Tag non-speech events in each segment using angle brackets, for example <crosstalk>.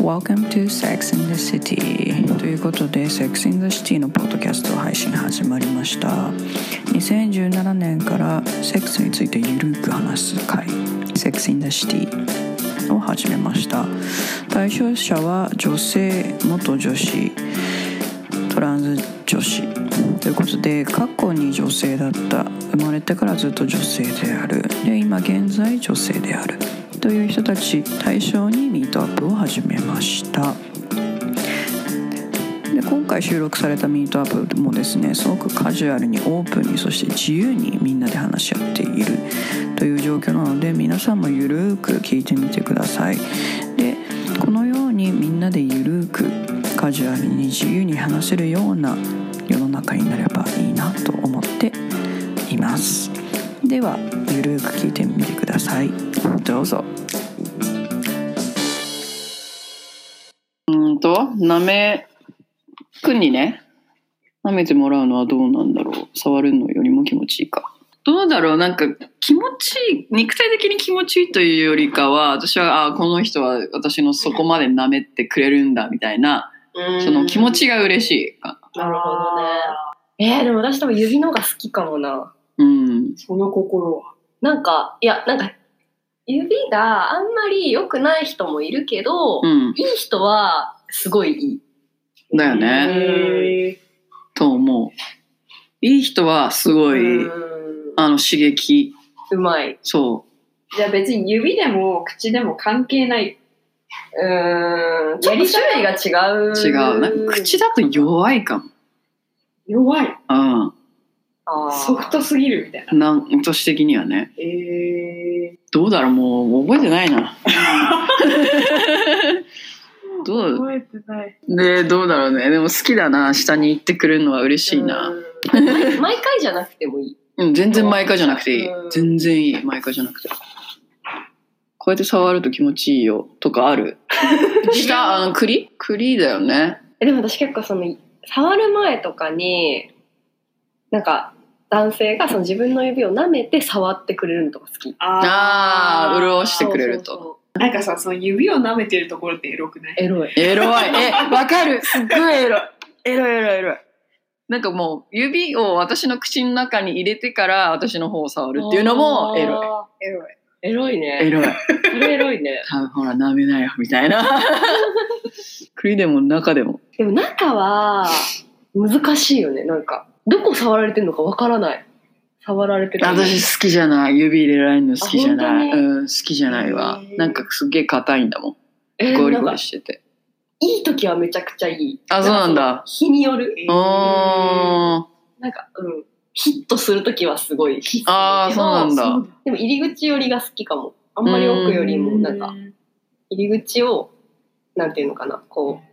Welcome to Sex in the City ということで Sex in the City のポッドキャスト配信始まりました2017年からセックスについてゆるく話す会 Sex in the City を始めました対象者は女性元女子トランス女子ということで過去に女性だった生まれてからずっと女性であるで今現在女性であるという人たち対象にミートアップを始めましたで今回収録されたミートアップもですねすごくカジュアルにオープンにそして自由にみんなで話し合っているという状況なので皆さんもゆるーく聞いてみてくださいでこのようにみんなでゆるーくカジュアルに自由に話せるような世の中になればいいなと思っていますではゆるーく聞いてみてくださいどうぞうんと、なめくにね、舐めてもらうのはどうなんだろう。触るのよりも気持ちいいか。どうだろうなんか気持ちいい、肉体的に気持ちいいというよりかは、私は、あこの人は私のそこまで舐めてくれるんだ、みたいな、その気持ちが嬉しいかいなるほどね。えー、でも私多分指の方が好きかもな。な。うん。その心は。なんか、いや、なんか、指があんまり良くない人もいるけど、うん。いい人はすごいいい。だよへね。ーと思う。いい人はすごい、うあの、刺激。んうまい。そじゃあ別に指でも口でも関係ない。うん。やり種類が違う。う。違う。なんか口だと弱いかも。弱い。うん。あーソフトすぎるみたいな。なん、年的にはね。えどうだろうもう覚えてないな。どう覚えてない。で、どうだろうね。でも好きだな。下に行ってくれるのは嬉しいな。うん。毎毎回じゃなくて <laughs> もいい。うん、全然毎回じゃなくていいうん。全然いい。毎回じゃなくて。こうやって触ると気持ちいいよ。とかある。下、あの、栗栗だよね。えでも私結構その、触る前とかに、なんか、男性がその自分の指を舐めて触ってくれるのとか好き。あー、潤しててくれるそうそうと。そうなんかさ、その指を舐めてるところってエロくないエロい。エロ <laughs> い。え、わかる。すっごいエロい。エロいエロいエロい。なんかもう、指を私の口の中に入れてから私の方を触るっていうのもエロい。ロエロい。い。エロいね。エロい。それエロい <laughs> ね。多分ほら、舐めなよ、みたい <laughs> な。栗でも中でも。でも中は難しいよね、なんか。どこ触られてるのかわからない。触られてる。私好きじゃない。指入れられるの好きじゃない。あ本当にうん、好きじゃないわへ。ーなんかすっげえ硬いんだもえん。ーゴリなんゴかリしてて。いい時はめちゃくちゃいい。あ、そうなんだ。日による。えうーん。あなんか、うん。ヒットする時はすごいヒットするけど。あー、そうなんだ。でも入り口寄りが好きかも。あんまり奥よりも、なんか、。入り口を、なんていうのかな、こう、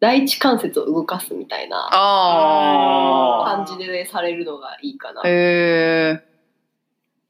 第一関節を動かすみたいなあ感じでされるのがいいかなー。。へえ。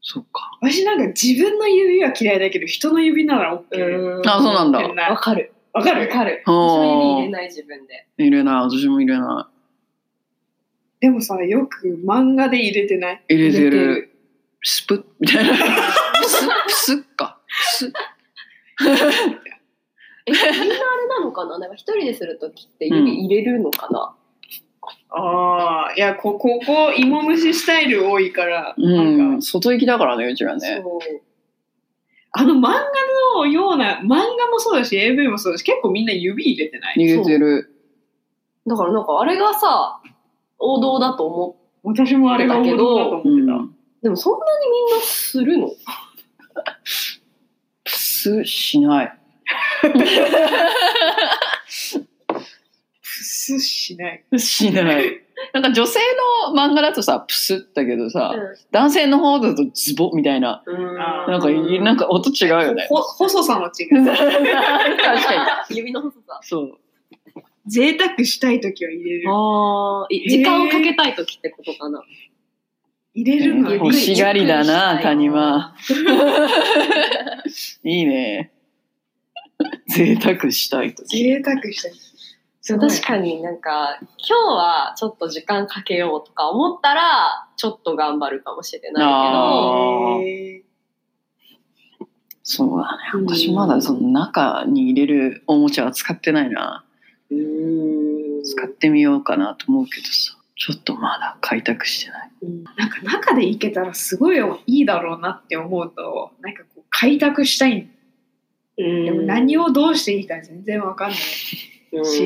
そっか。私なんか自分の指は嫌いだけど、人の指なら OK。うあ、そうなんだ。わわかる。わかわるかる。うん私も指入れない自分で。入れない。私も入れなでもさ、よく漫画で入れてないい。入れて入れてる。スプッみたいな。 <laughs> プスッ、プスッか。プスッ。え、みんなあれなのかな <laughs> なんか一人でするときって指入れるのかな、ああ、いや、こ、ここ、芋虫スタイル多いから、うなんん。か、外行きだからね、うちらね。そう。あの漫画のような、漫画もそうだし、AV もそうだし、結構みんな指入れてない逃げてる。だからなんかあれがさ、王道だと思う。私もあれが王道だと思ってた。うんでもそんなにみんなするのプスしない。プスしない。しない。 <laughs> なんか女性の漫画だとさ、プスだけどさ、う男性の方だとズボみたいな。ん。あーなんか、なんか音違うよね。ほ細さの確違い。かに。 <laughs> 指の細さ。そう。贅沢したい時は入れる。ああ、い時間をかけたい時ってことかな。入れるのは欲しがりだな、谷間。いいね。 <laughs> 贅沢したいと。贅沢したい。すごい確かになんか、今日はちょっと時間かけようとか思ったら、ちょっと頑張るかもしれないけあど、ーへーそうだね。私まだその中に入れるおもちゃは使ってないな。うん使ってみようかなと思うけどさ。ちょっとまだ開拓してない。うんなんか中でいけたらすごいいいだろうなって思うとなんかこう開拓したいでも何をどうしていいか全然わかんないし、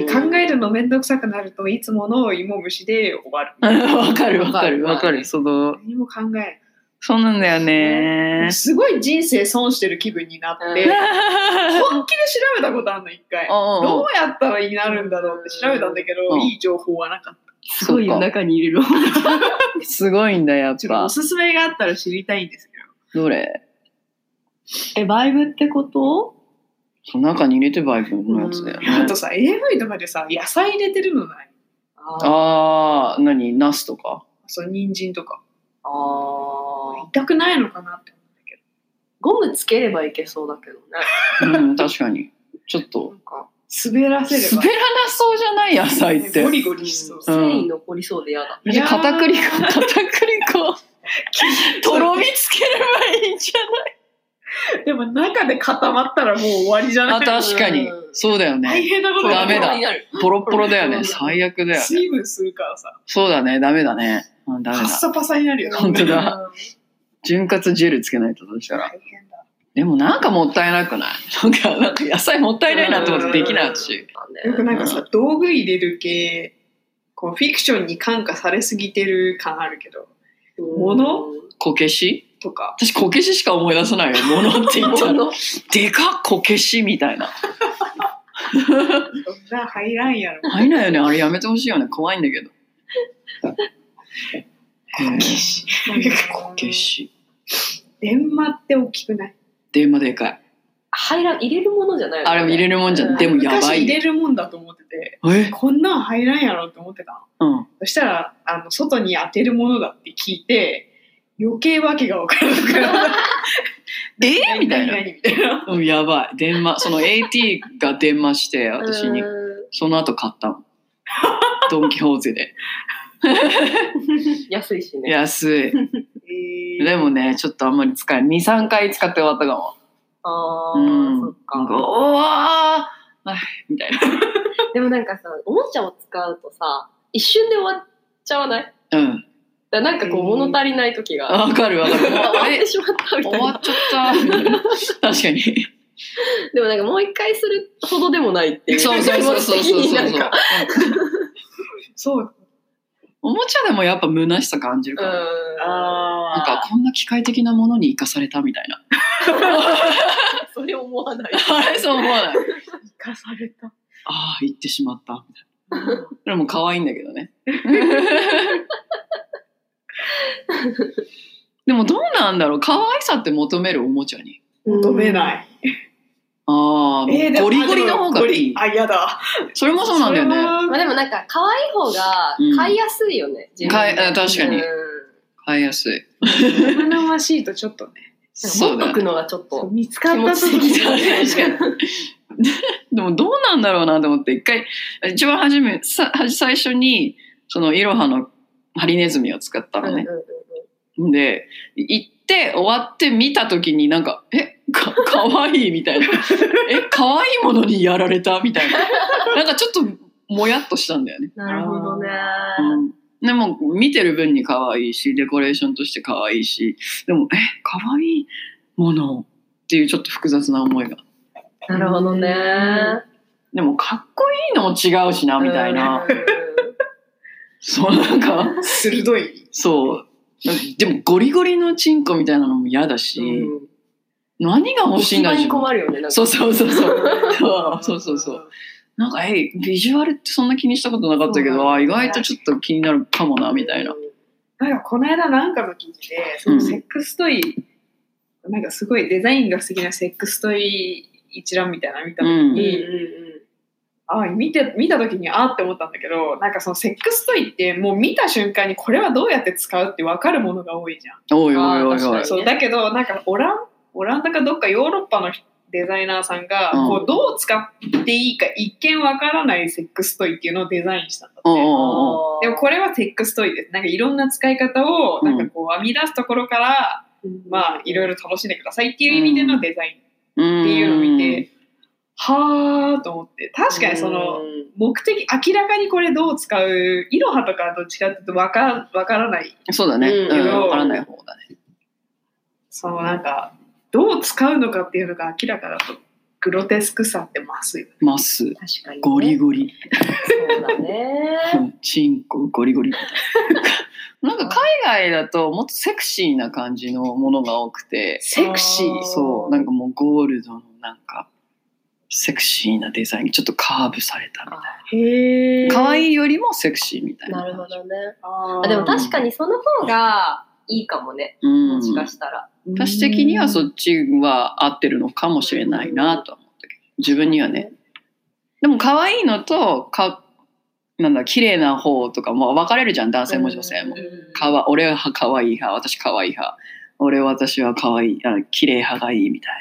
考えるの面倒くさくなるといつもの芋虫で終 <laughs> わる <laughs> わかるわかるわかる。その、何も考えそうなんだよなねい。すごい人生損してる気分になっ <laughs> て、うん本気で調べたことあるの一回おうおうどうやったらになるんだろうって調べたんだけど、うんいい情報はなかったすごいそよっか中に入れる <laughs> すごいんだ、やっちょっとぱお。すすめがあったら知りたいんですけどどれえバイブってことそう中に入れてバイブのやつだよね。あとさ AV とかでさ野菜入れてるのないあああ、何ナスとか。そう人参とかあゴ痛くないのかなってムつければいけそうだけどねうん、確かに。ちょっと。なんか滑らせ滑ればらなそうじゃない野菜って。ゴリゴリしそう、繊維残りそうで嫌だじゃあ片栗粉、片栗 <laughs> 粉。とろみつければいいんじ <laughs> でも中で固まったらもう終わりじゃゃなないいあ、確かに。そうだよ大ね。変なことダメだになるポロッポロだよね。最悪だよね。水分吸うからさそうだね。ダメだね。うんダメパッだ。サパサになるよね本当だうん潤滑ジェルつけないとどうしたら。大変だでもなんかもったいなくない <laughs> なんか、なんか野菜もったいないなと思ってできない私。そうだよねくなんかさ道具入れる系こうフィクションに感化されすぎてる感あるけど物こけしとか私こけししか思い出さないよ。ものって言 <laughs> ったら。物でかっこけしみたいな。そんな入らんやろ入んないよね。あれやめてほしいよね。怖いんだけど。こけし。なんか <laughs> ここけし。電話って大きくない電話でかい。入らん入れるものじゃないよねあれも入れるもんじゃん。でもやば昔入いよ。れるもんだと思っててえこんなん入らんやろって思ってたのうん。そしたらあの外に当てるものだって聞いて余計わけが分からなくなったえみたいな。 <laughs> 何々みたいなうん、やばい。電話。その AT が電話して、私にう。んその後買ったの。 <laughs> ドンキホーゼで。安いしね安 <laughs> い。ででもね、ちょっとあんまり使えない。2、3回使って終わったかも。ああ、うんそっなんか、か。おわーはいみたいでもなんかさ、おもちゃを使うとさ、一瞬で終わっちゃわないだな。かうん。らなんかこう、えー物足りない時が。わかるわかる。 <laughs> 終わっえてしまったみた終いわな。っちゃった。 <laughs> 確かに。でもなんかもう一回するほどでもないってい <laughs> う。そうそうそうそうそう気持ち的にそうんなか。そうおもちゃでもやっぱ虚しさ感じるから。うんあなんかこんな機械的なものに生かされたみたいな。それ思わない。 <laughs> あれそう思わない。生かされたああ、行ってしま <laughs> った。みたいな。でも可愛いんだけどね。 <laughs> でもどうなんだろう可愛さって求めるおもちゃに。求めない、ああ、えーでもゴリゴリの方がゴいリい。あやだそれもそうなんだよね。まあでもなんか、可愛い方が買いやすいよね。自分買いであ確かにうん買いやすい。それは生々しいとちょっとねそ持うっとだくね。のがちょっと。見つかった時気持ち的にに <laughs> でもどうなんだろうなと思って、一回、一番初め、さ最初に、その、イロハのハリネズミを使ったのね。で、行って、終わって見た時になんか、え、か、 <laughs> かわいいみたいな。え、かわいいものにやられたみたいな。なんかちょっと、もやっとしたんだよね。なるほどね。うんでも見てる分に可愛いしデコレーションとして可愛いしでもえ可愛いものっていうちょっと複雑な思いがなるほどね。でもかっこいいのも違うしなみたいな、うん。そうなんか <laughs> 鋭いそうでもゴリゴリのチンコみたいなのも嫌だし、うん何が欲しいんだ一番し困るよね。なんかそうそうそうそうそうそうそうそうなんかえビジュアルってそんな気にしたことなかったけそうどなあんだ意外とちょっと気になるかもなみたいな。なんかこの間なんかの記事でそうのんセックストイ、なんかすごいデザインが素敵なセックストイ一覧みたいなの見たう時に、うんうんんあ見て見た時にあーって思ったんだけどなんかそのセックストイってもう見た瞬間にこれはどうやって使うって分かるものが多いじゃん。おいおいおいあー確おかいにそうだけどなんかオランオランダかどっかヨーロッパのデザイナーさんが、うんこうどう使っていいか一見わからないセックストイっていうのをデザインしたんだって。おいおいおいうん。でもこれはセックストイです。なんかいろんな使い方をなんかこう編み出すところから、れまあいろいろ楽しんでくださいっていう意味でのデザイてンっていいうのを見て、、はあと思って確かにその、うん目的明らかにこれどう使うイロハとかと違ってわかわからないそうだね、うんうんわからない方だね。そのなんかどう使うのかっていうのが明らかだとグロテスクさって増すよます確かに、ね。ゴリゴリ、そうだね。うんチンコゴリゴリ。 <laughs> なんか海外だともっとセクシーな感じのものが多くて、セクシー。そうなんかもうゴールドのなんかセクシーなデザインちょっとカーブされたみたいへな可愛いいよりもセクシーみたいななるほどね。ああでも確かにその方がいいかもね。うんもしかしたら。私的にはそっっちは合ってるのかもしれないなとは思ったけど自分にはねでも可愛いのとかなんだ綺麗な方とかも分かれるじゃん男性も女性もう。んかわ俺は可愛い派私可愛い派俺は私は可愛いあ綺麗派がいいみたい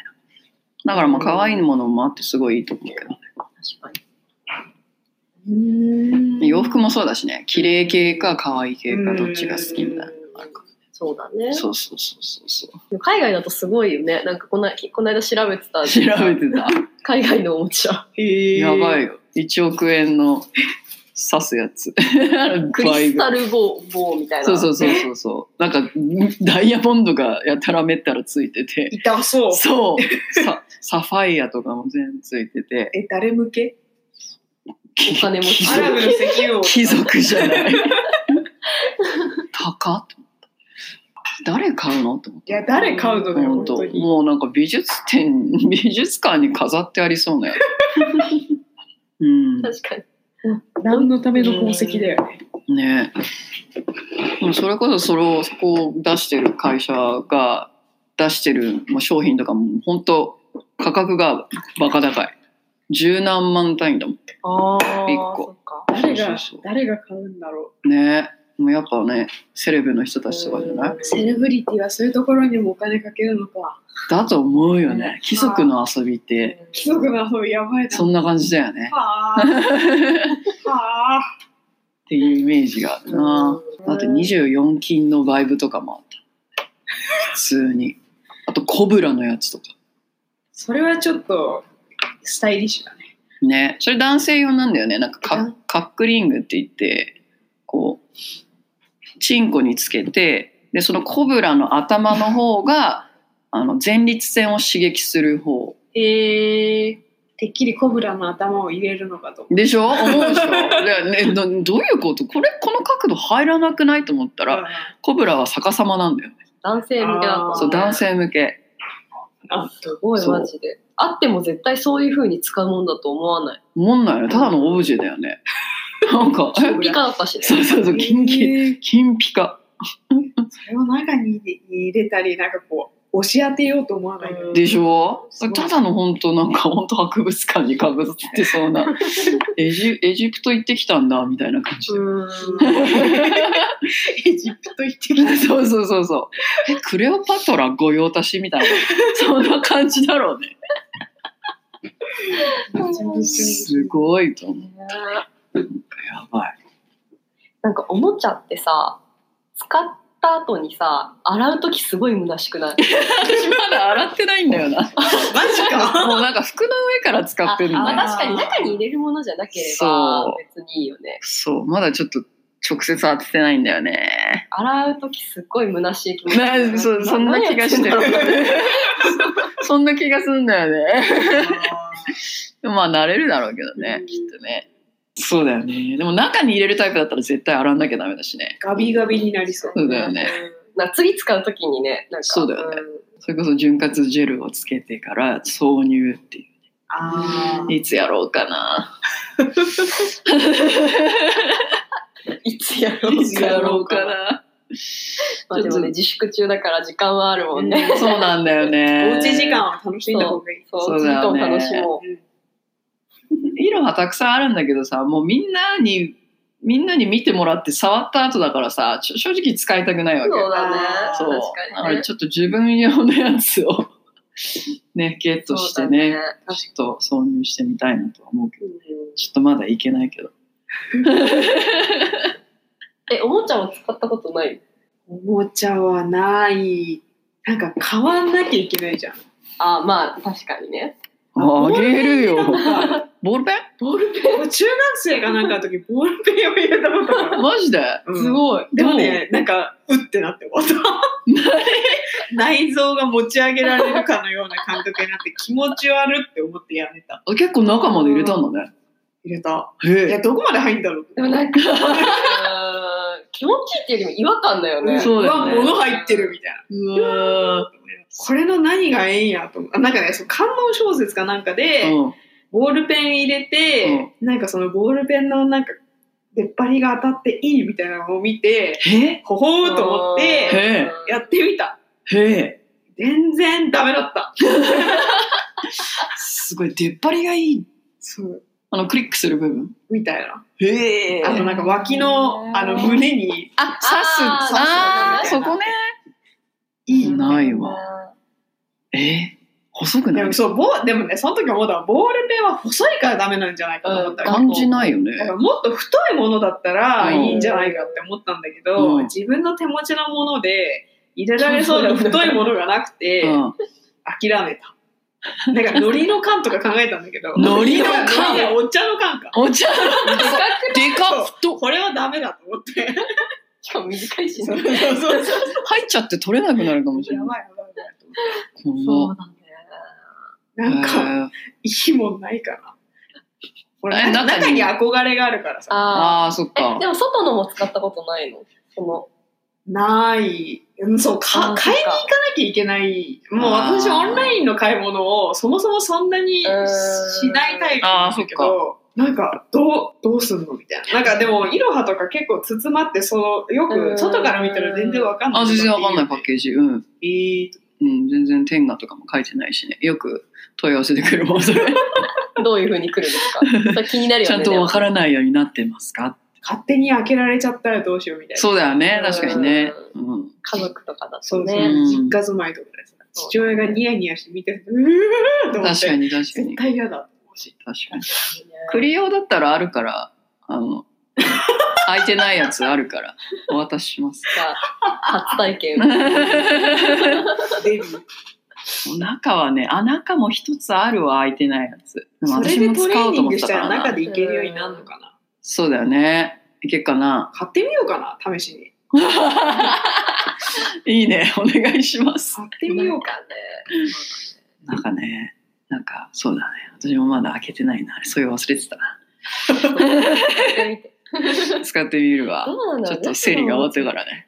なだからまあ可愛いものもあってすごいいいと思うけどね確か洋服もそうだしね綺麗系か可愛い系かどっちが好きにみたいなのがあるかそうだねら。そうそうそうそうそう海外だとすごいよね。なんかこのこの間調べてた。調べてた海外のおもちゃ。にやばいよ。1億円の刺すやつ。クリスタル棒棒みたいな。そうそうそうそうそう。なんかダイヤモンドがやたらめったらついてて。痛そうそうササファイアとかも全部ついててえ誰 <laughs> 向けお金持ちアラブの石油王貴族じゃない高っと思った誰買うのと思っいや誰買うのただよほん本と当にもうなんか美術展美術館に飾ってありそうなやつうん確かに。何のための宝石だよねねでもそれこそそれをそこを出してる会社が出してるまあ商品とかも本当価格がバカ高い十何万単位だもああ。一個そっか。ん誰そがうそうそ誰が買うんだろうねもうやっぱねセレブの人たちとかじゃないうセレブリティはそういうところにもお金かけるのかだと思うよね貴族の遊びって貴族の方やばいなそんな感じだよねはあはあっていうイメージがあるなあと24金のバイブとかもあった普通にあとコブラのやつとかそれはちょっとスタイリッシュだねね、それ男性用なんだよね。なんかうカカックリングって言って、こう、チンコにつけて、で、そのコブラの頭の方が、あの、前立腺を刺激する方。へえてっきりコブラの頭を入れるのかと思っでしょ思うでしょで、ねど、どういうことこれ、この角度入らなくないと思ったら、たコブラは逆さまなんだよね。男性向けだったあーそう、男性向け。あすごいそうマジで。あっても絶対そういう風に使うもんだと思わない。もんないね。ただのオブジェだよ <laughs> ね。なんか、金ピカだったし <laughs> ね。そうそうそう、金ピ、えー金ピカ。それを中に入れたりなんかこう押し当てようと思わないよねでしょすごいただの本当なんか本当博物館にかぶってそうなエジエジプト行ってきたんだみたいな感じで。うーん。エジプト行ってきた <laughs> そうそうそうそう。えクレオパトラ御用達みたいなそんな感じだろうね。すごいと思う。やばい。 <laughs> なんかおもちゃってさ、使った後にさ、洗う時すごい虚しくない。私まだ洗ってないんだよな。マジかもうなんか服の上から使あってるんあだまあよ。確かに中に入れるものじゃなけれそばう別にいいよね。そうまだちょっと直接当ててないんだよね。洗う時すっごい虚しい気持ちになるな <laughs> そそんな気がしてる何やってんだろう。 <laughs> そんな気がするんだよね。でもまあ慣れるだろうけど <laughs> ね、うんきっとね。そうだよね。でも中に入れるタイプだったら絶対洗わなきゃダメだしね。ガビガビになりそうそうだよね。うん <laughs> な次使う時にね、なんか。そうだよねん。それこそ潤滑ジェルをつけてから挿入っていあう。いつやろうかな。いつやろうかな。いつやろうかな。まあでもね、自粛中だから時間はあるもんね。そうなんだよね。おうち時間を楽しんだ方がいいそう、そう時だよ間をね楽しも。色はたくさんあるんだけどさ、もうみんなに、みんなに見てもらって触った後だからさ、ちょ正直使いたくないうわけ。そうだねあ。ーそう。確だかかにらね。ちょっと自分用のやつを <laughs> ね、ゲットしてね。ちょっと挿入してみたいなとは思うけど、ちょっとまだいけないけど。え、おもちゃを使ったことないおもちゃはないなんか買わなきゃいけないじゃんあまあ確かにねあげるよ。あボールペボールペ中学生かなんかの時ボールペンを入れたことあン <laughs> るマジで、うんすごいでもねなんかうってなって終 <laughs> わった内臓が持ち上げられるかのような感覚になって気持ち悪って思ってやめたあ結構中まで入れたんだね。入れたいへやえ。どこまで入んだろうでもな <laughs> んかうーん気持ちいいっていうよりも違和感だよねそうだようわね。物入ってるみたいなうわこれの何がええんやと思うあなんかねその観音小説かなんかで、ー。ボールペン入れて、なんかそのボールペンのなんか出っ張りが当たっていいみたいなのを見てへほほーと思っへてえやってみたへえ。全然ダメだったすごい、出っ張りがいい。そうあの、クリックする部分。みたいなへえ。あとなんか脇のあの胸にあ、刺す。ああーー、そこね。いいないわ。え細くでないもそうボーでもねその時思ったのはボールペンは細いからダメなんじゃないかと思ったわけ感じないよだかね。らもっと太いものだったらうんいいんじゃないかって思ったんだけど、うん自分の手持ちのもので入れられそうな太いものがなくてうん。諦めた。なんか海苔の缶とか考えたんだけど海苔の缶 <laughs> いやお茶の缶かお茶、でかくでかっとこれはダメだと思ってしかも短いしそうねそうそうそう入っちゃって取れなくなるかもしれやない。ばいやばいやばいと思怖っだねってなんか、へーいいもんないかな。俺えな中中にに憧れがあるからさ。あああ、そっあかで。も外のも使ったことないのそのない。うんそう、あかーそっ買いに行かかなきゃいけない。もうあー私オンラインの買い物をそもそもそんなにしうんないタイプなんだけど、なんかどう、どうすんのみたいな。なんかでも、イロハとか結構包まって、そう、うよんく外から見たら全然わかんない。あ、全然わかんないパッケージ。うん。えーとうん、全然天下とかも書いてないしね。よく問い合わせてくるもん、そ <laughs> れ。どういう風に来るの <laughs> かそれ気になるよちねゃんとわからないようになってますか勝手に開けられちゃったらどうしようみたいな。そうだよね、確かにね。うん。家族とかだそとうそう、ね。実家住まいとかでさ、父親がニヤニヤして見て、うーと思っ確かて、に確か絶に。対嫌確だ。かに。クリオだったらあるから、あ <laughs> の、空いてないやつあるから、お渡しし <laughs> ます。が初体験。 <laughs> デビュー。中はね、あ、中も一つあるわ、空いてないやつ。でもそれ私でもト使レおーうニとン思っグてしたたからら中な。でいけるようになるのかな。そうだよね。いけっかな。買ってみようかな、試しに。いいね、お願いします。買ってみようか。かなんかね、なんかそうだね。私もまだ開けてないな。そういう忘れてたな。ね。使ってみるわど。うなんだちろょうっと整理が終わってからね。